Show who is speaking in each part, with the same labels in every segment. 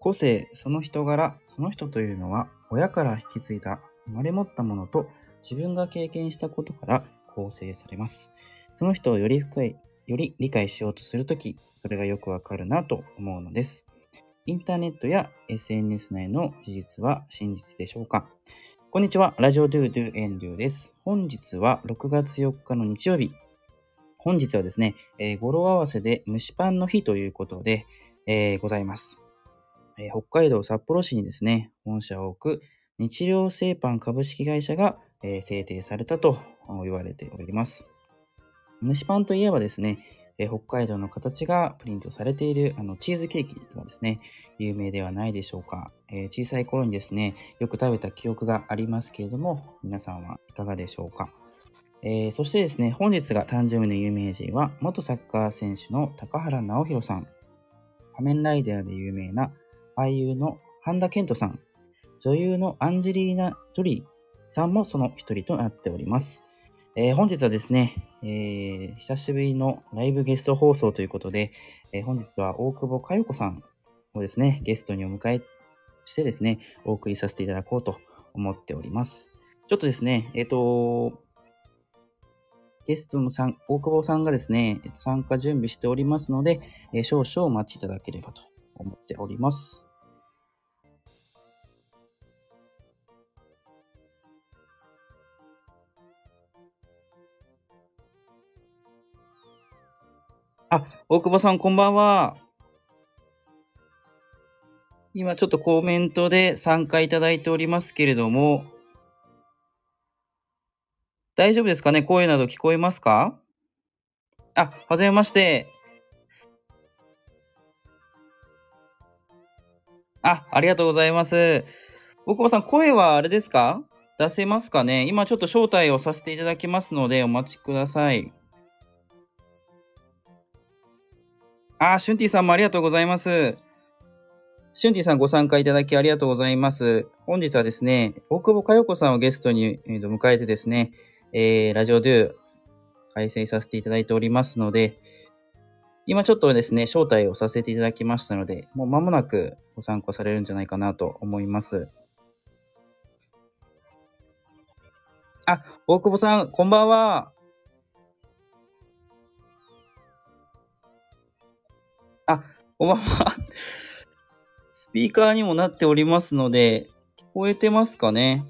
Speaker 1: 個性、その人柄、その人というのは、親から引き継いだ、生まれ持ったものと、自分が経験したことから構成されます。その人をより深い、より理解しようとするとき、それがよくわかるなと思うのです。インターネットや SNS 内の事実は真実でしょうかこんにちは。ラジオドゥドゥエンドゥです。本日は6月4日の日曜日。本日はですね、えー語呂合わせで蒸しパンの日ということで、えーございます、えー北海道札幌市にですね、本社を置く日量製パン株式会社が、えー制定されたとお言われております。蒸しパンといえばですね、えー北海道の形がプリントされているあのチーズケーキがですね、有名ではないでしょうか、えー小さい頃にですね、よく食べた記憶がありますけれども、皆さんはいかがでしょうか。えーそしてですね、本日が誕生日の有名人は、元サッカー選手の高原直弘さん、仮面ライダーで有名な俳優の半田健人さん、女優のアンジェリーナ・ジョリーさんもその一人となっております。えー本日はですね、えー久しぶりのライブゲスト放送ということで、えー本日は大久保佳代子さんをですね、ゲストにお迎えしてですね、お送りさせていただこうと思っております。ちょっとですね、えっ、と、ゲストのさん、大久保さんがですね、えっと参加準備しておりますので、えー少々お待ちいただければと思っております。あ、大久保さん、こんばんは。今ちょっとコメントで参加いただいておりますけれども、大丈夫ですかね声など聞こえますかあ、はじめまして。あ、ありがとうございます。大久保さん、声はあれですか出せますかね今ちょっと招待をさせていただきますのでお待ちください。あ、シュンティさんもありがとうございます。シュンティさんご参加いただきありがとうございます。本日はですね、大久保佳代子さんをゲストにえーと迎えてですね、えーラジオドゥ開催させていただいておりますので、今ちょっとですね、招待をさせていただきましたので、もう間もなくご参加されるんじゃないかなと思います。あ、大久保さん、こんばんは。あ、こんばんは。スピーカーにもなっておりますので、聞こえてますかね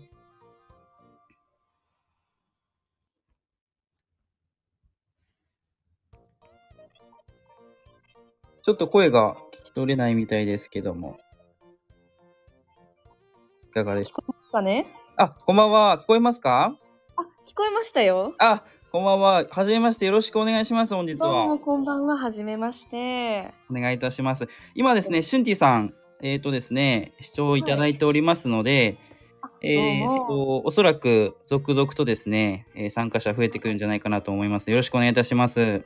Speaker 1: ちょっと声が聞き取れないみたいですけども。いかがでしょう
Speaker 2: だね。
Speaker 1: あ、こんばんは。聞こえますか
Speaker 2: あ、聞こえましたよ。
Speaker 1: あ、こんばんは。はじめまして。よろしくお願いします。本日
Speaker 2: どう
Speaker 1: は
Speaker 2: も。こんばんは、はじめまして。
Speaker 1: お願いいたします。今ですね、シュンティさん、えっ、とですね、視聴いただいておりますので、
Speaker 2: あ
Speaker 1: えっ、
Speaker 2: どうも
Speaker 1: と、おそらく続々とですね、えー参加者増えてくるんじゃないかなと思います。よろしくお願いいたします。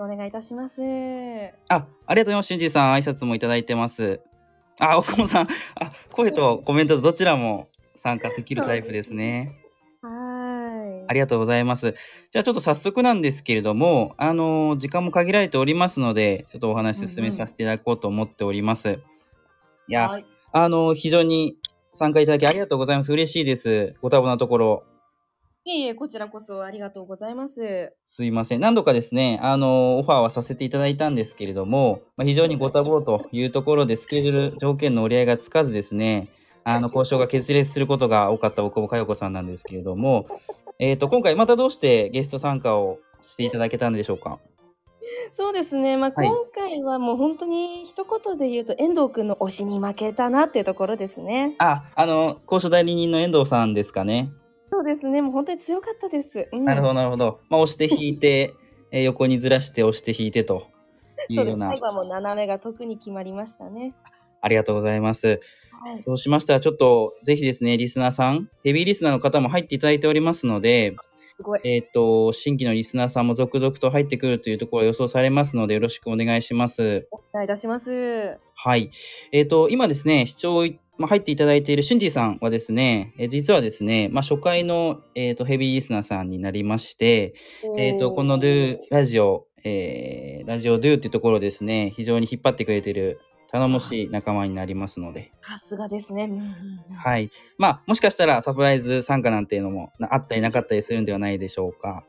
Speaker 2: お願いいたします。あ、
Speaker 1: あ、ありがとうございます。シュンティさん、挨拶もいただいてます。あ、奥本さん、あ、声とコメントとどちらも参加できるタイプですね。
Speaker 2: は
Speaker 1: あ
Speaker 2: ーい。
Speaker 1: りがとうございます。じゃあちょっと早速なんですけれども、あの時間も限られておりますので、ちょっとお話進めさせていただこうと思っております。いや、
Speaker 2: はい
Speaker 1: あの非常に参加いただきありがとうございます。嬉しいです。ご多分なところ。
Speaker 2: いえいえ、こちらこそありがとうございます。
Speaker 1: すいません。何度かですね、あのオファーはさせていただいたんですけれども、まあ、非常にご多忙というところで、スケジュール条件の折り合いがつかずですね、あの、交渉が決裂することが多かった大久保佳代子さんなんですけれども、えっ、と、今回またどうしてゲスト参加をしていただけたんでしょうか
Speaker 2: そうですね、まあ、
Speaker 1: はい
Speaker 2: 今回はもう本当に一言で言うと、遠藤くんの推しに負けたなっていうところですね。
Speaker 1: あ、あの、交渉代理人の遠藤さんですかね。
Speaker 2: そうですね、もう本当に強かったです。うん
Speaker 1: なるほど、なるほど。まあ、押して引いて、えー横にずらして押して引いてとい
Speaker 2: そ
Speaker 1: う
Speaker 2: うで
Speaker 1: よう
Speaker 2: す。
Speaker 1: な
Speaker 2: 最。後はもう斜めが特に決まりましたね。
Speaker 1: ありがとうございます。
Speaker 2: はい。
Speaker 1: そうしましたら、ちょっと、ぜひですね、リスナーさん、ヘビーリスナーの方も入っていただいておりますので、
Speaker 2: すごい。
Speaker 1: えっ、と、新規のリスナーさんも続々と入ってくるというところが予想されますので、よろしくお願いします。
Speaker 2: お願いいたします。
Speaker 1: はい。えっ、と、今ですね、視聴い、まあ、入っていただいているシュンジーさんはですね、え実はですね、まあ、初回の、えっ、と、ヘビーリスナーさんになりまして、えっ、と、このドゥラジオ、えーラジオドゥっていうところですね、非常に引っ張ってくれてる頼もしい仲間になりますので。
Speaker 2: さすがですね。うんうんうん
Speaker 1: はい。まあ、もしかしたらサプライズ参加なんていうのもなあったりなかったりするんではないでしょうか。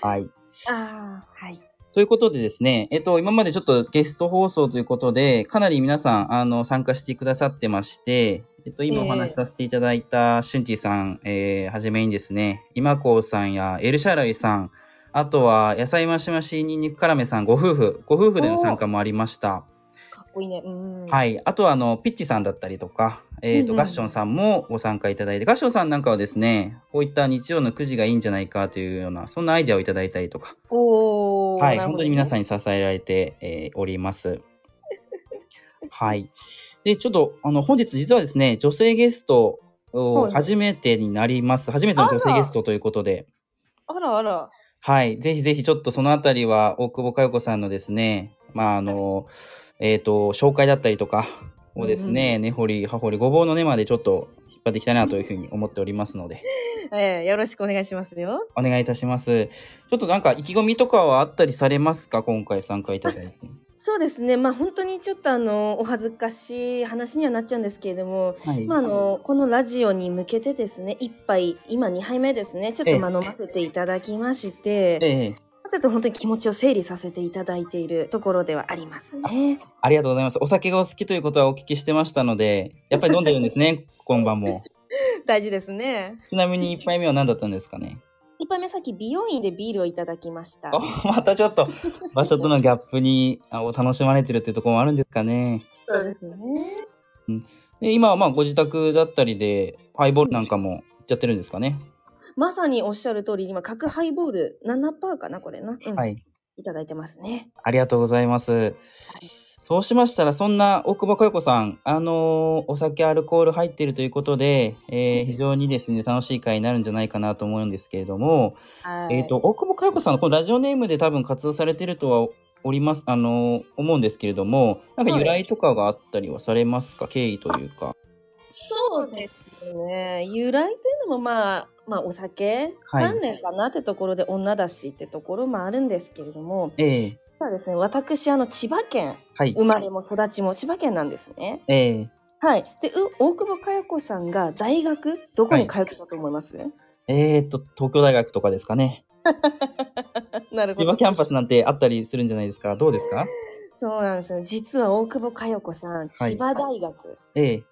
Speaker 1: はい。
Speaker 2: ああ、はい。
Speaker 1: ということでですね、えっと、今までちょっとゲスト放送ということで、かなり皆さん、あの、参加してくださってまして、えっと、今
Speaker 2: ええ
Speaker 1: お話しさせていただいた、しゅんちーさん、えー、はじめにですね、今こうさんや、エルシャライさん、あとは、野菜マシマシにんにくからめさん、ご夫婦、ご夫婦での参加もありました。
Speaker 2: かっこいいね。うん。。
Speaker 1: はいい。あとは、あの、ピッチさんだったりとか、えっ、と、
Speaker 2: うんうん
Speaker 1: ガッションさんもご参加いただいて、ガッションさんなんかはですね、こういった日曜の9時がいいんじゃないかというような、そんなアイデアをいただいたりとか、
Speaker 2: おお。
Speaker 1: はい、
Speaker 2: なるほ
Speaker 1: 本
Speaker 2: ど
Speaker 1: 当に皆さんに支えられて、えーおります。はい。で、ちょっと、あの、本日実はですね、女性ゲストを
Speaker 2: はい
Speaker 1: 初めてになります。初めての女性ゲストということで、
Speaker 2: あらあら。
Speaker 1: はい、ぜひぜひちょっとそのあたりは、大久保佳代子さんのですね、まあ、あの、えっ、と、紹介だったりとかをですね、根、掘、り葉掘りごぼうの根までちょっと引っ張っていきたいなというふうに思っておりますので、
Speaker 2: ええよろしくお願いしますよ。
Speaker 1: お願いいたします。ちょっとなんか意気込みとかはあったりされますか今回参加いただいて。
Speaker 2: そうですね。まあ本当にちょっとあのお恥ずかしい話にはなっちゃうんですけれども、
Speaker 1: はい
Speaker 2: まああのこのラジオに向けてですね、一杯今二杯目ですね。ちょっ
Speaker 1: ええ
Speaker 2: とまあ飲ませていただきまして、
Speaker 1: ええ
Speaker 2: ちょっと本当に気持ちを整理させていただいているところではありますね。
Speaker 1: ありがとうございます。お酒がお好きということはお聞きしてましたので、やっぱり飲んでるんですね、 今晩も。
Speaker 2: 大事ですね。
Speaker 1: ちなみに1杯目は何だったんですかね
Speaker 2: 一杯目さっき美容院でビールをいただきました。
Speaker 1: お またちょっと場所とのギャップにあを楽しまれてるっていうところもあるんですかね。
Speaker 2: そうですね。
Speaker 1: で今はまあご自宅だったりで、ハイボールなんかもやっちゃってるんですかね。
Speaker 2: まさにおっしゃる通り、今、角ハイボール7%かな、これな。うん。
Speaker 1: はいい。
Speaker 2: ただいてますね。
Speaker 1: ありがとうございます。そうしましたら、そんな大久保佳代子さん、あのーお酒、アルコール入ってるということで、えー非常にですね、楽しい回になるんじゃないかなと思うんですけれども、
Speaker 2: はい。
Speaker 1: えっ、と、大久保佳代子さんのこのラジオネームで多分活動されてるとはおります、あのー思うんですけれども、なんか由来とかがあったりはされますか、経緯というか。
Speaker 2: そうですね。由来というのも、まあ、まあ、お酒
Speaker 1: はい
Speaker 2: 関連かなってところで、女だしってところもあるんですけれども、
Speaker 1: ええ
Speaker 2: ただですね、私、あの、千葉県、
Speaker 1: はい。
Speaker 2: 生まれも育ちも千葉県なんですね。
Speaker 1: ええ
Speaker 2: はい。で、う大久保佳代子さんが大学、どこに通ってたと思います、
Speaker 1: えー、っと、東京大学とかですかね。
Speaker 2: なるほ
Speaker 1: 千
Speaker 2: ど。
Speaker 1: 葉キャンパスなんてあったりするんじゃないですか。どうですか
Speaker 2: そうなんですよ。実は大久保佳代子さん、
Speaker 1: はい
Speaker 2: 千葉大学、
Speaker 1: ええ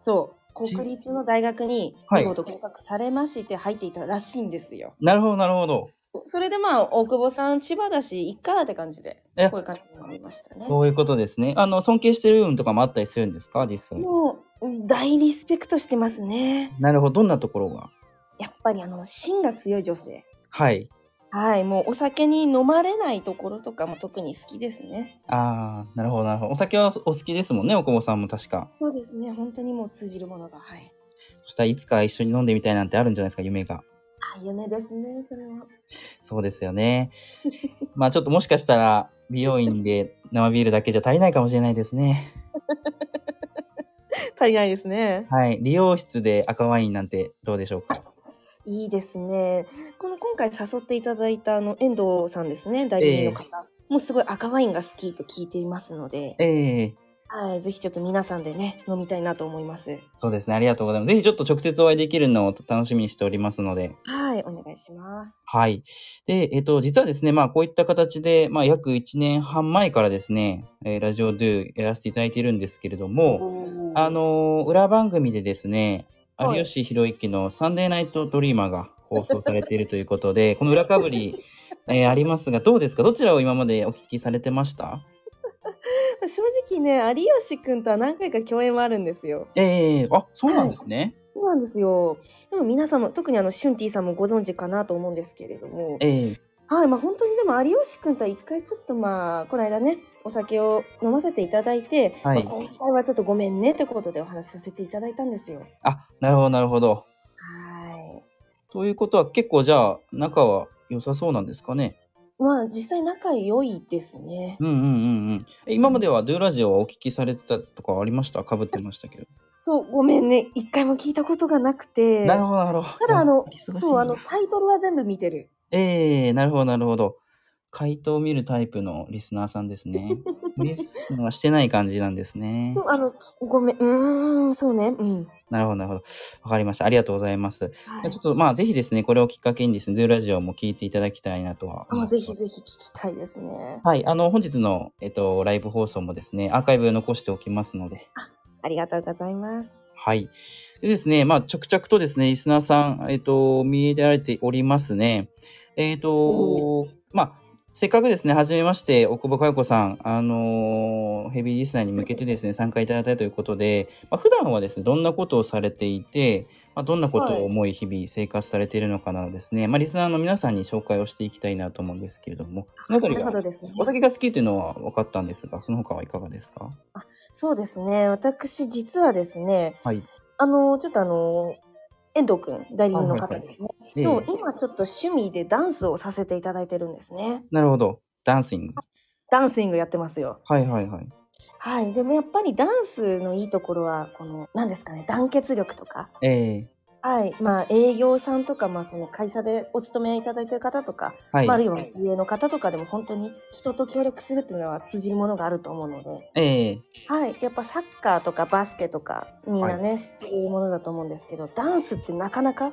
Speaker 2: そう、
Speaker 1: ち
Speaker 2: 国立の大学に
Speaker 1: はい
Speaker 2: 見事合格されまして入っていたらしいんですよ。
Speaker 1: なるほど、なるほど。
Speaker 2: それでまあ、大久保さん、千葉だし、いっかって感じで、
Speaker 1: え
Speaker 2: こういう感じになりましたね。
Speaker 1: そういうことですね。あの、尊敬してる部分とかもあったりするんですか実際。
Speaker 2: もう、うん大リスペクトしてますね。
Speaker 1: なるほど。どんなところが
Speaker 2: やっぱりあの、芯が強い女性。
Speaker 1: はい。
Speaker 2: はい、もうお酒に飲まれないところとかも特に好きですね。
Speaker 1: ああ、なるほど、なるほど。お酒はお好きですもんね、おこぼさんも確か。
Speaker 2: そうですね、本当にもう通じるものが、はい。
Speaker 1: そしたらいつか一緒に飲んでみたいなんてあるんじゃないですか、夢が。
Speaker 2: あ、夢ですね、それは。
Speaker 1: そうですよね。 まあちょっともしかしたら、美容院で生ビールだけじゃ足りないかもしれないですね。
Speaker 2: 足りないですね。
Speaker 1: はい。理容室で赤ワインなんてどうでしょうか。
Speaker 2: いいですね。この今回誘っていただいたあの遠藤さんですね、代理人の方。もうすごい赤ワインが好きと聞いていますので、
Speaker 1: ええ
Speaker 2: はい、ぜひちょっと皆さんでね、飲みたいなと思います。
Speaker 1: そうですね。ありがとうございます。ぜひちょっと直接お会いできるのを楽しみにしておりますので。
Speaker 2: はい、お願いします。
Speaker 1: はい。で、えっと、実はですね、まあ、こういった形で、まあ、約1年半前からですね、えーラジオドゥやらせていただいているんですけれども、あ、のー裏番組でですね、
Speaker 2: はい
Speaker 1: 有吉弘行のサンデーナイトドリーマーが放送されているということで、 この裏かぶり、えーありますが、どうですかどちらを今までお聞きされてました
Speaker 2: 正直ね、有吉くんとは何回か共演はあるんですよ。
Speaker 1: ええあ、そうなんですね。
Speaker 2: そうなんですよ。でも皆さんも、特にあの、シュンティさんもご存知かなと思うんですけれども、
Speaker 1: ええ
Speaker 2: はい、まあ本当にでも有吉くんとは一回ちょっとまあ、この間ね、お酒を飲ませていただいて、
Speaker 1: はい
Speaker 2: まあ、今回はちょっとごめんねってことでお話しさせていただいたんですよ。
Speaker 1: あ、なるほど、なるほど。
Speaker 2: は
Speaker 1: ということは、結構じゃあ、仲は良さそうなんですかね
Speaker 2: い。まあ実際仲良いですね。
Speaker 1: うんうんうんうん。え今まではドゥラジオはお聞きされてたとかありましたかぶってましたけど。
Speaker 2: そう、ごめんね。一回も聞いたことがなくて。
Speaker 1: なるほどなるほど。
Speaker 2: ただあの
Speaker 1: やっぱり忙しいな
Speaker 2: そう、あの、タイトルは全部見てる。
Speaker 1: ええなるほどなるほど。回答を見るタイプのリスナーさんです ね。リスナーはしてない感じなんですね。
Speaker 2: そう、あの、ごめん、うーん、そうね、うん。
Speaker 1: なるほど、なるほど。わかりました。ありがとうございます。
Speaker 2: は
Speaker 1: じゃ
Speaker 2: い
Speaker 1: あちょっと、まあ、ぜひですね、これをきっかけにですね、ドゥラジオも聞いていただきたいなとは
Speaker 2: あ
Speaker 1: 思い
Speaker 2: もう
Speaker 1: ます
Speaker 2: ぜひぜひ聞きたいですね。
Speaker 1: はい、あの、本日の、えっと、ライブ放送もですね、アーカイブ残しておきますので、
Speaker 2: ありがとうございます。
Speaker 1: はい。でですね、まあ、着々とですね、リスナーさん、えっと、見えられておりますね。えっと、まあ、せっかくですね、はじめまして、奥久保佳代子さん、あのーヘビーリスナーに向けてですね、参加いただいたということで、まあ、普段はですね、どんなことをされていて、まあ、どんなことを思い日々生活されているのかなどですね、まあ、リスナーの皆さんに紹介をしていきたいなと思うんですけれども、そのあた
Speaker 2: な
Speaker 1: り
Speaker 2: る
Speaker 1: は
Speaker 2: ほどですね。
Speaker 1: お酒が好きというのは分かったんですが、その他はいかがですか
Speaker 2: そうですね。私、実はですね、
Speaker 1: はい。
Speaker 2: あの、ちょっとあの、遠藤くん、代理人の
Speaker 1: はいはいは
Speaker 2: 方
Speaker 1: い
Speaker 2: ですね。
Speaker 1: ええ
Speaker 2: と、今ちょっと趣味でダンスをさせていただいてるんですね。
Speaker 1: なるほど。ダンシング。
Speaker 2: ダンシングやってますよ。
Speaker 1: はいはいはい。
Speaker 2: はい。でもやっぱりダンスのいいところは、この、何ですかね、団結力とか。
Speaker 1: ええ
Speaker 2: はい。まあ、営業さんとか、まあ、その会社でお勤めいただいてる方とか、
Speaker 1: はい。
Speaker 2: まあ、あるいは自営の方とかでも本当に人と協力するっていうのは通じるものがあると思うので、
Speaker 1: ええ
Speaker 2: はい。やっぱサッカーとかバスケとか、みんなね、知ってるものだと思うんですけど、ダンスってなかなか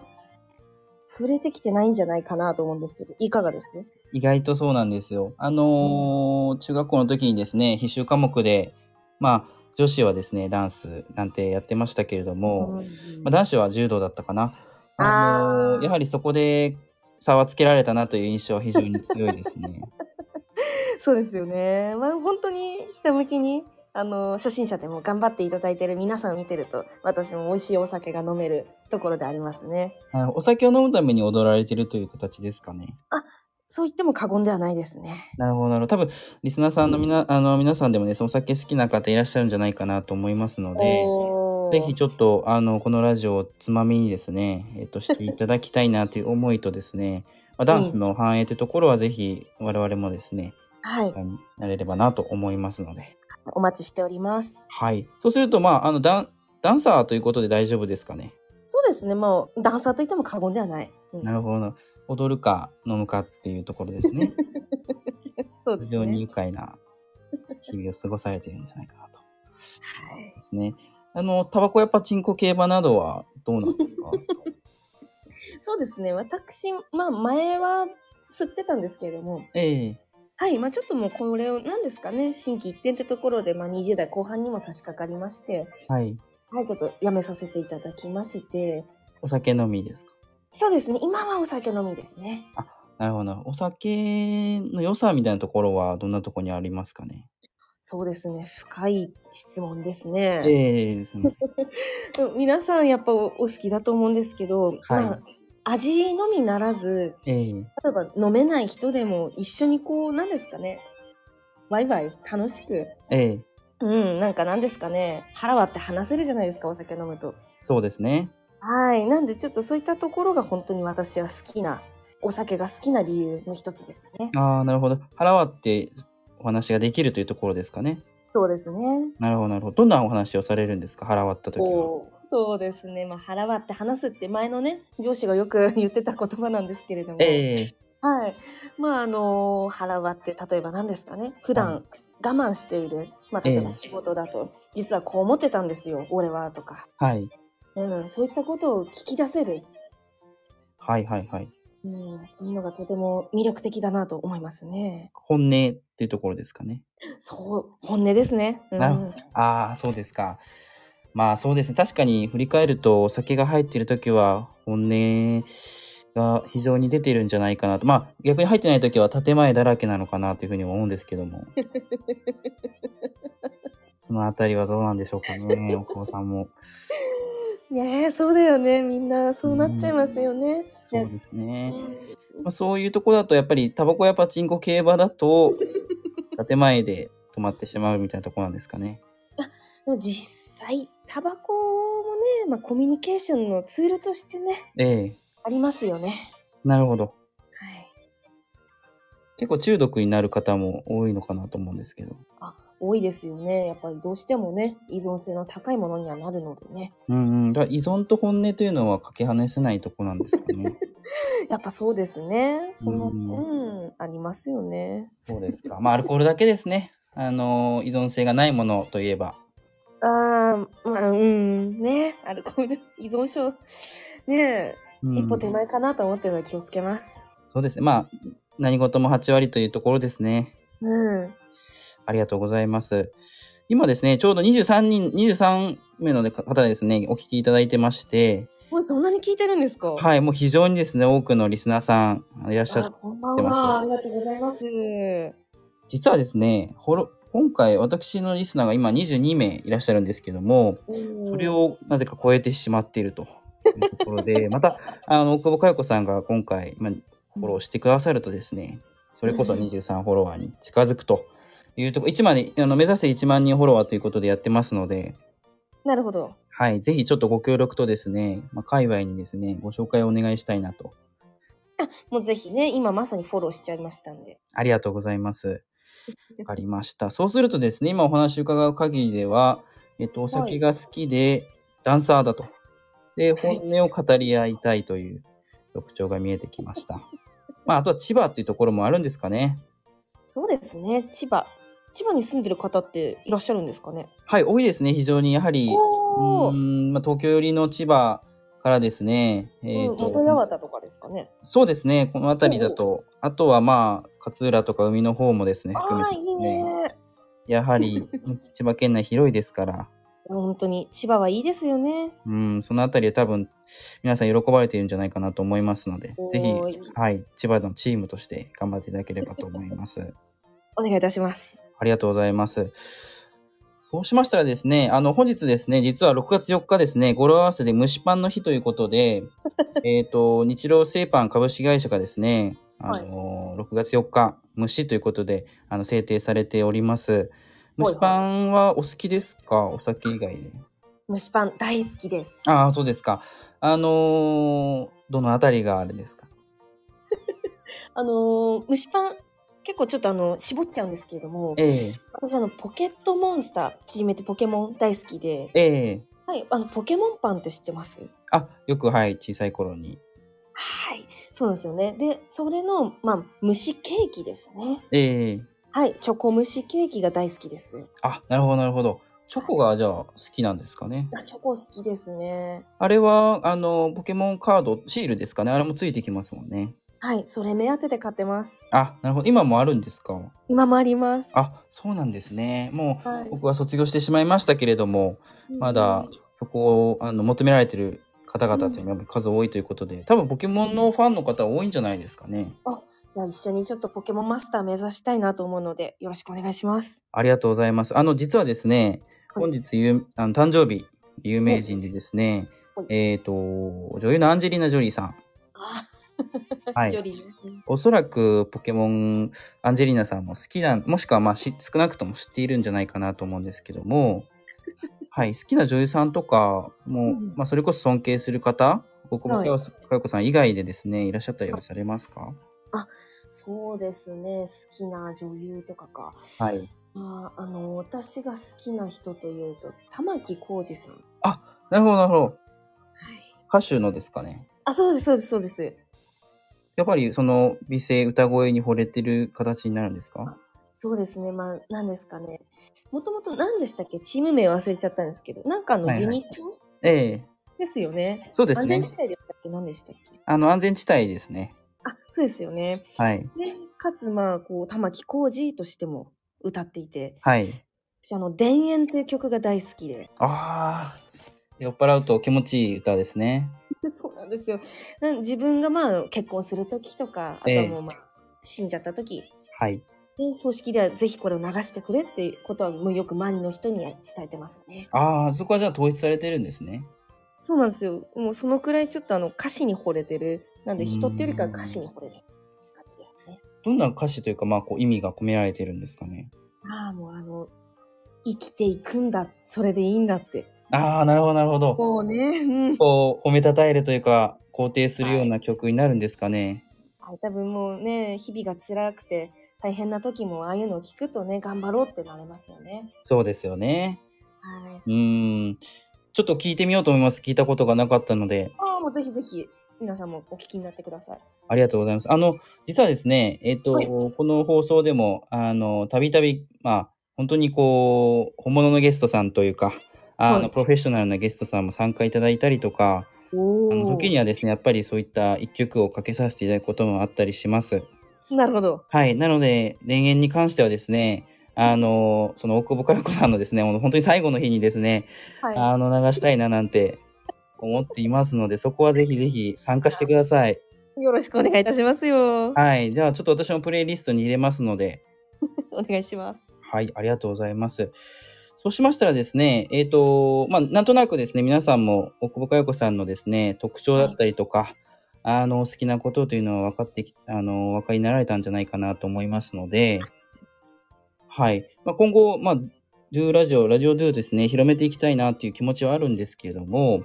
Speaker 2: 触れてきてないんじゃないかなと思うんですけど、いかがです
Speaker 1: 意外とそうなんですよ。あのー中学校の時にですね、必修科目で、まあ、女子はですね、ダンスなんてやってましたけれども、
Speaker 2: うん
Speaker 1: まあ、男子は柔道だったかな。あの
Speaker 2: あ
Speaker 1: ー
Speaker 2: ー
Speaker 1: やはりそこで差はつけられたなという印象は非常に強いです ね。
Speaker 2: そうですよね。まあ本当にひたむきにあの初心者でも頑張っていただいてる皆さんを見てると私も美味しいお酒が飲めるところでありますね。
Speaker 1: あのお酒を飲むために踊られてるという形ですかね。
Speaker 2: そう言っても過言ではないですね。
Speaker 1: なるほど、なるほど。多分、リスナーさんのみな、あの、皆さんでもね、そのお酒好きな方いらっしゃるんじゃないかなと思いますので、
Speaker 2: おー
Speaker 1: ぜひちょっと、あの、このラジオをつまみにですね、えっと、していただきたいなという思いとです ね、まあ、ダンスの反映というところは、ぜひ、我々もですね、
Speaker 2: はい
Speaker 1: なれればなと思いますので。
Speaker 2: お待ちしております。
Speaker 1: はい。そうすると、まあ、あの、ダン、ダンサーということで大丈夫ですかね。
Speaker 2: そうですね。もうダンサーと言っても過言ではない。うん
Speaker 1: なるほど。踊るか飲むかっていうところです ね。
Speaker 2: そうで
Speaker 1: 非
Speaker 2: す
Speaker 1: 常に
Speaker 2: ね。
Speaker 1: 愉快な日々を過ごされているんじゃないかなと。
Speaker 2: はい
Speaker 1: ですね。あの、タバコやパチンコ競馬などはどうなんです か
Speaker 2: そうですね。私まあ前は吸ってたんですけれども、
Speaker 1: ええ
Speaker 2: はい、まあちょっともうこれを何ですかね。新規一転ってところで、まあ20代後半にも差し掛かりまして。
Speaker 1: はい。
Speaker 2: はい、ちょっとやめさせていただきまして。
Speaker 1: お酒飲みですか
Speaker 2: そうですね、今はお酒飲みですね。
Speaker 1: なるほどな。お酒の良さみたいなところはどんなところにありますかね
Speaker 2: そうですね、深い質問ですね。
Speaker 1: ええすみません。
Speaker 2: 皆さんやっぱおお好きだと思うんですけど、
Speaker 1: はい
Speaker 2: まあ、味のみならず、
Speaker 1: ええ
Speaker 2: 例えば飲めない人でも一緒にこう、何ですかね、ワイワイ楽しく、
Speaker 1: ええ
Speaker 2: うん、なんか何ですかね、腹割って話せるじゃないですか、お酒飲むと。
Speaker 1: そうですね。
Speaker 2: はい、なんでちょっとそういったところが本当に私は好きな、お酒が好きな理由の一つですね。
Speaker 1: ああ、なるほど。腹割ってお話ができるというところですかね。
Speaker 2: そうですね。
Speaker 1: なるほど、なるほど。どんなお話をされるんですか腹割った時は。
Speaker 2: おーそうですね、まあ、腹割って話すって前のね上司がよく言ってた言葉なんですけれども、
Speaker 1: ええ
Speaker 2: はいまああのー腹割って例えば何ですかね普
Speaker 1: は
Speaker 2: 段我慢している、まあ、例え
Speaker 1: ええ
Speaker 2: ば仕事だと、実はこう思ってたんですよ俺はとか、
Speaker 1: はい。
Speaker 2: うん、そういったことを聞き出せる、
Speaker 1: はいはいはい。
Speaker 2: うん、そういうのがとても魅力的だなと思いますね。
Speaker 1: 本音っていうところですかね。
Speaker 2: そう本音ですね、うん、
Speaker 1: なるほああ、そうですか。まあそうですね。確かに振り返ると、お酒が入っている時は、本音が非常に出てるんじゃないかなと。まあ逆に入ってない時は建前だらけなのかなというふうにも思うんですけども。そのあたりはどうなんでしょうかね、お子さんも。
Speaker 2: ねえそうだよねみんなそうなっちゃいますよね。
Speaker 1: そうですね。
Speaker 2: ね
Speaker 1: まあ、そういうとこだと、やっぱりタバコやパチンコ、競馬だと、建前で止まってしまうみたいなところなんですかね。
Speaker 2: でも実際タバコもね、まあ、コミュニケーションのツールとしてね
Speaker 1: ええ
Speaker 2: ありますよね。
Speaker 1: なるほど。
Speaker 2: はい、
Speaker 1: 結構中毒になる方も多いのかなと思うんですけど。
Speaker 2: 多いですよね。やっぱりどうしてもね、依存性の高いものにはなるのでね。
Speaker 1: うんうん。だから依存と本音というのはかけ離せないとこなんですか ね。
Speaker 2: やっぱそうですね。そ
Speaker 1: う
Speaker 2: の、うんん、ありますよね。
Speaker 1: そうですか。まあ、アルコールだけですね。あのー依存性がないものといえば。
Speaker 2: ああ、まあ、うん、ね、アルコール依存症、ね、
Speaker 1: うん
Speaker 2: 一歩手前かなと思ってるので気をつけます。
Speaker 1: そうですね。まあ、何事も8割というところですね。
Speaker 2: うん。
Speaker 1: ありがとうございます。今ですね、ちょうど23人、23名の方ですね、お聞きいただいてまして、
Speaker 2: もうそんなに聞いてるんですかい。
Speaker 1: はい、もう非常にですね、多くのリスナーさんいらっしゃ
Speaker 2: あ、
Speaker 1: る。
Speaker 2: こんばん
Speaker 1: 出ます
Speaker 2: は。ありがとうございます。
Speaker 1: 実はですね、フォロ今回私のリスナーが今22名いらっしゃるんですけども、
Speaker 2: そ
Speaker 1: それ。をなぜか超えてしまっているというところ で、また、あの、久保佳代子さんが今回、まあ、フォローしてくださるとですね、それこそ
Speaker 2: うん
Speaker 1: 23フォロワーに近づくというところ、1万にあの目指せ1万人フォロワーということでやってますので、
Speaker 2: なるほど。
Speaker 1: はい、ぜひちょっとご協力とですね、まあ、界隈にですね、ご紹介をお願いしたいなと。
Speaker 2: もうぜひね、今まさにフォローしちゃいましたんで。
Speaker 1: ありがとうございます。わかりました。そうするとですね、今お話伺う限りでは、えっと、お酒が好きで、ダンサーだと。で、
Speaker 2: はい
Speaker 1: 本音を語り合いたいという特徴が見えてきました。まあ、あとは千葉っていうところもあるんですかね。
Speaker 2: そうですね、千葉。千葉に住んでる方っていらっしゃるんですかね。
Speaker 1: はい、多いですね、非常に。やはり、うー
Speaker 2: おお。
Speaker 1: ん、まあ、東京寄りの千葉からですね、えっ、
Speaker 2: うん
Speaker 1: と、
Speaker 2: 元八幡とかですかね。
Speaker 1: そうですね、この辺りだと、あとはまあ、勝浦とか海の方もですね、
Speaker 2: あ
Speaker 1: 含め
Speaker 2: あー、
Speaker 1: て
Speaker 2: い
Speaker 1: です
Speaker 2: い
Speaker 1: ね、
Speaker 2: ね。
Speaker 1: やはり千葉県内広いですから、
Speaker 2: 本当に千葉はいいですよね。
Speaker 1: うん、そのあたりで多分皆さん喜ばれているんじゃないかなと思いますので、ぜひ、
Speaker 2: おー
Speaker 1: はい、千葉のチームとして頑張っていただければと思います。
Speaker 2: お願いいたします。
Speaker 1: ありがとうございます。そうしましたらですね、あの、本日ですね、実は6月4日ですね、語呂合わせで蒸しパンの日ということ で、えっと、日露製パン株式会社がですね、あの6月4日、蒸しということで、あの、制定されております。蒸しパンはお好きですかお酒以外で。
Speaker 2: 蒸しパン大好きです。
Speaker 1: ああ、そうですか。あのーどのあたりがあれですか
Speaker 2: あのー蒸しパン結構ちょっとあの絞っちゃうんですけれども、
Speaker 1: ええ
Speaker 2: 私あのポケットモンスター縮めてポケモン大好きで、
Speaker 1: ええ
Speaker 2: はい、あのポケモンパンって知ってます？
Speaker 1: あ、よくはい、小さい頃に。
Speaker 2: はい、そうなんですよね。で、それのまあ蒸しケーキですね。
Speaker 1: ええ
Speaker 2: はい、チョコ蒸しケーキが大好きです。
Speaker 1: あ、なるほど、なるほど。チョコがじゃあ好きなんですかね。
Speaker 2: あチョコ好きですね。
Speaker 1: あれは、あの、ポケモンカード、シールですかね。あれもついてきますもんね。
Speaker 2: はい、それ目当てで買ってます。
Speaker 1: あ、なるほど。今もあるんですか。
Speaker 2: 今もあります。
Speaker 1: あ、そうなんですね。も
Speaker 2: は
Speaker 1: う、
Speaker 2: い、
Speaker 1: 僕は卒業してしまいましたけれども、まだそこをあの求められてる方々というのは数多いということで、多分ポケモンのファンの方多いんじゃないですかね。
Speaker 2: じゃあ一緒にちょっとポケモンマスター目指したいなと思うので、よろしくお願いします。
Speaker 1: ありがとうございます。あの、実はですね、
Speaker 2: はい
Speaker 1: 本日ゆうあの誕生日、有名人でですね、
Speaker 2: はい
Speaker 1: えっ、と、女優のアンジェリーナ・ジョリーさん。
Speaker 2: あ、
Speaker 1: は
Speaker 2: ジョ
Speaker 1: い。
Speaker 2: リーね。
Speaker 1: おそらくポケモン、アンジェリーナさんも好きな、もしくはまあし少なくとも知っているんじゃないかなと思うんですけど も、はい、好きな女優さんとかも、
Speaker 2: うん
Speaker 1: まあそれこそ尊敬する方、大久保
Speaker 2: はい
Speaker 1: 佳代子佳代子さん以外でですね、いらっしゃったりはされますか
Speaker 2: そうですね、好きな女優とかか。
Speaker 1: はい。
Speaker 2: まあ、あの、私が好きな人というと、玉置浩二さん。はい。
Speaker 1: なるほど、なるほど。歌手のですかね。
Speaker 2: あ、そうです、そうです、そうです。
Speaker 1: やっぱりその美声歌声に惚れてる形になるんですか
Speaker 2: そうですね、まあ、何ですかね。もともと何でしたっけチーム名忘れちゃったんですけど、なんかあ
Speaker 1: はい
Speaker 2: の
Speaker 1: はい
Speaker 2: ユニット、
Speaker 1: ええ
Speaker 2: ですよね。
Speaker 1: そうです
Speaker 2: 安全
Speaker 1: ね
Speaker 2: 地。帯でしたっけ何でしたっけ
Speaker 1: あの安全地帯ですね。
Speaker 2: あ、そうですよね。
Speaker 1: はい。
Speaker 2: で、かつ、まあ、こう、玉置浩二としても歌っていて、
Speaker 1: はい。
Speaker 2: 私、あの、田園という曲が大好きで。
Speaker 1: ああ、酔っ払うと気持ちいい歌ですね。
Speaker 2: そうなんですよ。なん自分が、まあ、結婚する時とか、あと
Speaker 1: え
Speaker 2: は
Speaker 1: え
Speaker 2: もう、まあ、死んじゃった時
Speaker 1: はい。
Speaker 2: で、葬式ではぜひこれを流してくれっていうことは、もうよく周りの人に伝えてますね。
Speaker 1: ああ、そこはじゃあ統一されてるんですね。
Speaker 2: そうなんですよ。もう、そのくらいちょっと、あの、歌詞に惚れてる。なんで、人っていうよりかは歌詞に惚れてる感じですね。
Speaker 1: どんな歌詞というか、まあ、こう意味が込められてるんですかね。
Speaker 2: ああ、もう、あの、生きていくんだ。それでいいんだって。
Speaker 1: ああ、なるほど、なるほど。
Speaker 2: もうね、うん。
Speaker 1: こう、褒めたたえるというか、肯定するような曲になるんですかね。
Speaker 2: はい、多分もうね日々が辛くて大変な時もああいうのを聞くとね、頑張ろうってなれますよね。
Speaker 1: そうですよね。
Speaker 2: はい。
Speaker 1: うーん。ちょっと聞いてみようと思います。聞いたことがなかったので、
Speaker 2: ああ、もうぜひぜひ、皆さんもお聞きになってください。
Speaker 1: ありがとうございます。あの、実はですね、えっ、と、
Speaker 2: はい
Speaker 1: この放送でも、あの、たびたび、まあ、本当にこう、本物のゲストさんというか、あの、
Speaker 2: はい
Speaker 1: プロフェッショナルなゲストさんも参加いただいたりとか、
Speaker 2: お
Speaker 1: あの時にはですね、やっぱりそういった一曲をかけさせていただくこともあったりします。
Speaker 2: なるほど。
Speaker 1: はい。なので、電源に関してはですね、あの、その大久保佳代子さんのですね、もう本当に最後の日にですね、
Speaker 2: はい。
Speaker 1: あの、流したいななんて思っていますので、そこはぜひぜひ参加してください。
Speaker 2: よろしくお願いいたしますよ。
Speaker 1: はい。じゃあ、ちょっと私もプレイリストに入れますので、
Speaker 2: お願いします。
Speaker 1: はい、ありがとうございます。そうしましたらですね、えっ、と、まあ、なんとなくですね、皆さんも、大久保佳代子さんのですね、特徴だったりとか、あの、お好きなことというのは分かってき、あの、お分かりになられたんじゃないかなと思いますので、はい。まあ、今後、まあ、ドゥラジオ、ラジオドゥですね、広めていきたいなっていう気持ちはあるんですけれども、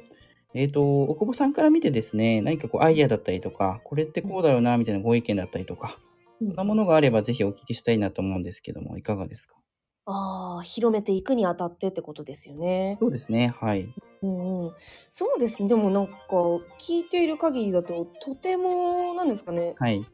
Speaker 1: えっ、と、大久保さんから見てですね、何かこう、アイデアだったりとか、これってこうだよな、みたいなご意見だったりとか、そんなものがあれば、ぜひお聞きしたいなと思うんですけども、いかがですか
Speaker 2: ああ、広めていくにあたってってことですよね。
Speaker 1: そうですね、はい。
Speaker 2: うんうん、そうですね。でもなんか聞いている限りだととてもなんですかね。
Speaker 1: はい。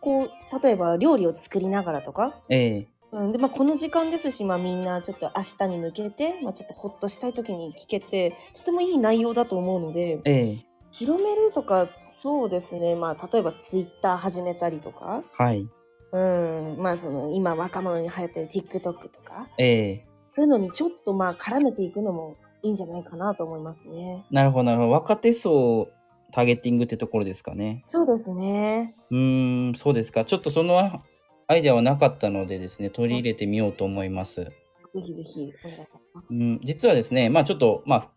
Speaker 2: こう例えば料理を作りながらとか、
Speaker 1: ええ
Speaker 2: うん、でまあこの時間ですし、まあみんなちょっと明日に向けて、まあちょっとほっとしたい時に聞けて、とてもいい内容だと思うので、
Speaker 1: ええ
Speaker 2: 広めるとかそうですね。まあ例えばツイッター始めたりとか、
Speaker 1: はい。
Speaker 2: うん、まあその今若者に流行ってる TikTok とか、
Speaker 1: ええ
Speaker 2: そういうのにちょっとまあ絡めていくのもいいんじゃないかなと思いますね。
Speaker 1: なるほど、なるほど。若手層ターゲティングってところですかね。
Speaker 2: そうですね。
Speaker 1: うーん、そうですか。ちょっとそのあアイデアはなかったのでですね、取り入れてみようと思います。
Speaker 2: ぜひぜひお願いします
Speaker 1: う。ん、実はですね、まあちょっと、まあ、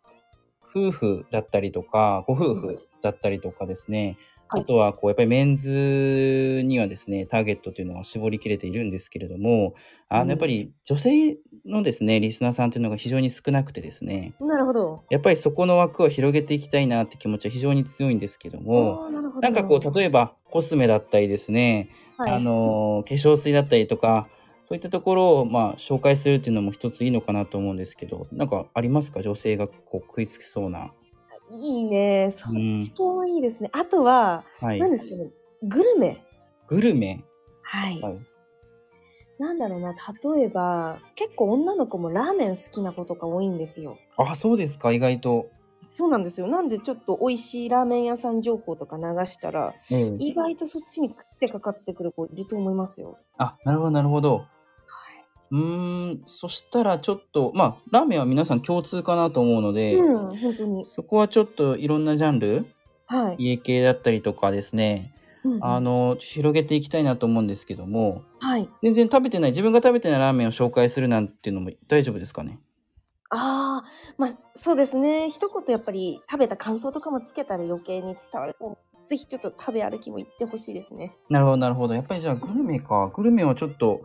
Speaker 1: 夫婦だったりとか、ご夫婦だったりとかですね、
Speaker 2: はい
Speaker 1: あとは、こう、やっぱりメンズにはですね、ターゲットというのは絞りきれているんですけれども、あ
Speaker 2: うん
Speaker 1: の、やっぱり女性のですね、リスナーさんというのが非常に少なくてですね、
Speaker 2: なるほど。
Speaker 1: やっぱりそこの枠を広げていきたいなって気持ちは非常に強いんですけども、
Speaker 2: あーなるほど
Speaker 1: なんかこう、例えばコスメだったりですね、
Speaker 2: はい
Speaker 1: あの、化粧水だったりとか、そういったところを、まあ、紹介するっていうのも一ついいのかなと思うんですけど、なんかありますか女性がこう食いつきそうな。
Speaker 2: いいね。そっ
Speaker 1: うん
Speaker 2: ち系もいいですね。あとは、
Speaker 1: はい
Speaker 2: 何。ですかね、グルメ。
Speaker 1: グルメ。
Speaker 2: はい。
Speaker 1: はい。
Speaker 2: なんだろうな、例えば、結構女の子もラーメン好きな子とか多いんですよ。
Speaker 1: あ、そうですか、意外と。
Speaker 2: そうなんですよ。なんでちょっと美味しいラーメン屋さん情報とか流したら、
Speaker 1: ええ
Speaker 2: 意外とそっちに食ってかかってくる子いると思いますよ。
Speaker 1: あ、なるほど、なるほど。
Speaker 2: は
Speaker 1: うーん、そしたらちょっと、まあ、ラーメンは皆さん共通かなと思うの
Speaker 2: い。
Speaker 1: で、
Speaker 2: うん、本当に。
Speaker 1: そこはちょっといろんなジャンル
Speaker 2: はい。
Speaker 1: 家系だったりとかですね、
Speaker 2: うんうん
Speaker 1: あの広げていきたいなと思うんですけども
Speaker 2: はい。
Speaker 1: 全然食べてない自分が食べてないラーメンを紹介するなんていうのも大丈夫ですかね
Speaker 2: ああ、まあそうですね。一言やっぱり食べた感想とかもつけたら余計に伝わる。ぜひちょっと食べ歩きも行ってほしいですね。
Speaker 1: なるほどなるほどやっぱりじゃあグルメかグルメはちょっと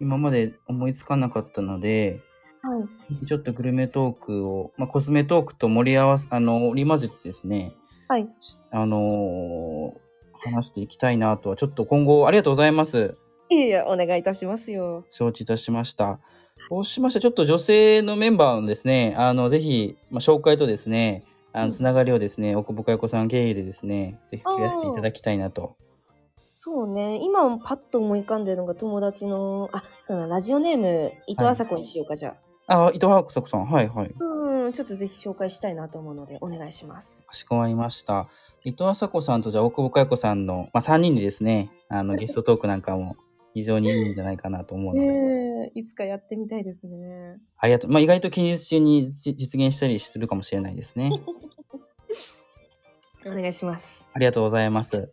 Speaker 1: 今まで思いつかなかったので
Speaker 2: はい。
Speaker 1: ぜひちょっとグルメトークを、まあ、コスメトークと盛り合わせあの織り交ぜてですね
Speaker 2: はい。
Speaker 1: しあのー話していきたいなとはちょっと今後ありがとうございます
Speaker 2: いやいや、お願いいたしますよ。
Speaker 1: 承知いたしました。そうしましたらちょっと女性のメンバーのですね、あの、ぜひ、まあ、紹介とですね、あ
Speaker 2: うん
Speaker 1: の、つながりをですね、奥久保佳代子さん経由でですね、ぜひ増やしていただきたいなと。
Speaker 2: そうね。今パッと思い浮かんでるのが友達の、あ、そうだな、ラジオネーム、伊藤麻子にしようか、じゃあ。
Speaker 1: あ、伊藤博子さん、はいはい。
Speaker 2: うん、ちょっとぜひ紹介したいなと思うので、お願いします。
Speaker 1: かしこまりました。伊藤麻子さんと、じゃあ、奥久保佳代子さんの、まあ、3人でですね、あの、ゲストトークなんかも非常にいいんじゃないかなと思うので、
Speaker 2: ね えいつかやってみたいですね。
Speaker 1: ありがとう。まあ、意外と近日中に実実現したりするかもしれないですね。
Speaker 2: お願いします。
Speaker 1: ありがとうございます。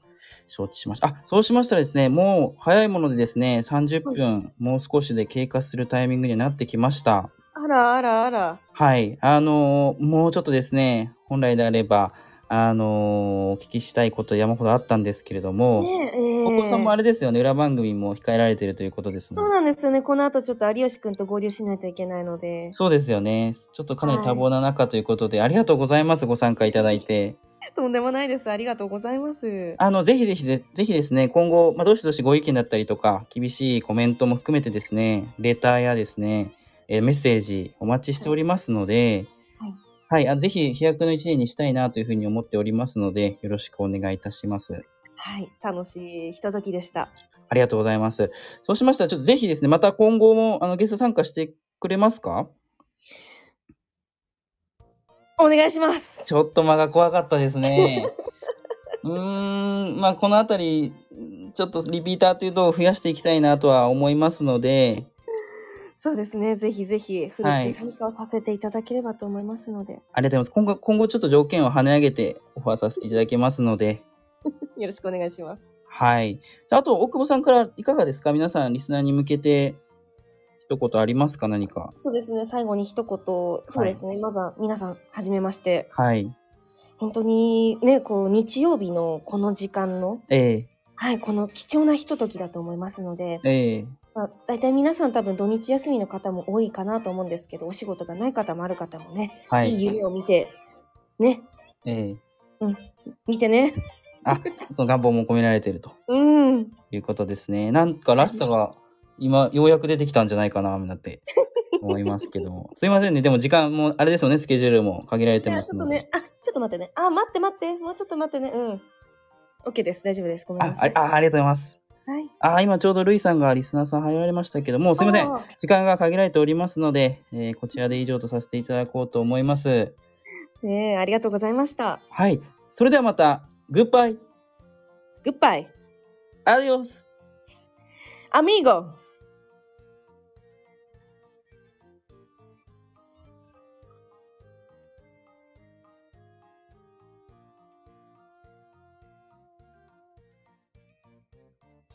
Speaker 1: 承知しました。あ、そうしましたらですね、もう早いものでですね、30分、もう少しで経過するタイミングになってきました。
Speaker 2: あらあらあら。
Speaker 1: はい。あのーもうちょっとですね、本来であれば、あのーお聞きしたいこと山ほどあったんですけれども、
Speaker 2: ねえ、
Speaker 1: お子さんもあれですよね、裏番組も控えられているということです
Speaker 2: そ
Speaker 1: も
Speaker 2: うん
Speaker 1: ね。
Speaker 2: なんですよね。この後ちょっと有吉くんと合流しないといけないので。
Speaker 1: そうですよね。ちょっとかなり多忙な中ということで、ありがとうございます、ご参加いただいて。
Speaker 2: とんでもないです。ありがとうございます。
Speaker 1: あの、ぜひぜひぜ、ぜひですね、今後、まあ、どしどしご意見だったりとか、厳しいコメントも含めてですね、レターやですね、えーメッセージお待ちしておりますので、
Speaker 2: はい
Speaker 1: はい、あぜひ飛躍の一年にしたいなというふうに思っておりますので、よろしくお願いいたします。
Speaker 2: はい、楽しいひとときでした。
Speaker 1: ありがとうございます。そうしましたら、ちょっとぜひですね、また今後もあのゲスト参加してくれますか
Speaker 2: お願いします。
Speaker 1: ちょっと間が怖かったです ね。うーん、まあこのあたり、ちょっとリピーターというのを増やしていきたいなとは思いますので、
Speaker 2: そうですね。ぜひぜひ、フル
Speaker 1: は
Speaker 2: ッ
Speaker 1: い
Speaker 2: キ参加をさせていただければと思いますので、
Speaker 1: ありがとうございます。今後、今後ちょっと条件を跳ね上げてオファーさせていただきますので、
Speaker 2: よろしくお願いします。
Speaker 1: はい。あと、大久保さんからいかがですか皆さん、リスナーに向けて、一言ありますか何か。
Speaker 2: そうですね。最後に一言、そうですね。まずは皆さん、はじめまして。
Speaker 1: はい。
Speaker 2: 本当にね、こう、日曜日のこの時間の、
Speaker 1: え
Speaker 2: はい、この貴重なひとときだと思いますので、
Speaker 1: えええ
Speaker 2: まあ、大体皆さん多分土日休みの方も多いかなと思うんですけど、お仕事がない方もある方もね、、
Speaker 1: はい
Speaker 2: い
Speaker 1: い。
Speaker 2: 夢を見て、ね、
Speaker 1: ええ
Speaker 2: 見てね。
Speaker 1: あ、その願望も込められていると
Speaker 2: うん。
Speaker 1: いうことですね。なんからしさが、今、ようやく出てきたんじゃないかな、なんて 思いますけども。すいませんね。でも時間も、あれですよね。スケジュールも限られて
Speaker 2: いや
Speaker 1: ま
Speaker 2: ち
Speaker 1: す
Speaker 2: ょっ
Speaker 1: の
Speaker 2: と
Speaker 1: で。
Speaker 2: ね、あ、ちょっと待ってね。あ、待って待って。もうちょっと待ってね。うん。OK です。大丈夫です。ごめん
Speaker 1: あ
Speaker 2: なさ
Speaker 1: あ
Speaker 2: い。、
Speaker 1: あありがとうございます。
Speaker 2: はい。
Speaker 1: あ、今ちょうどルイさんがリスナーさん入られましたけども、すいません。
Speaker 2: あー。
Speaker 1: 時間が限られておりますので、えーこちらで以上とさせていただこうと思います。
Speaker 2: ねえ、ありがとうございました。
Speaker 1: はい。それではまた、グッバイ、
Speaker 2: グッバイ。
Speaker 1: アディオス
Speaker 2: アミーゴ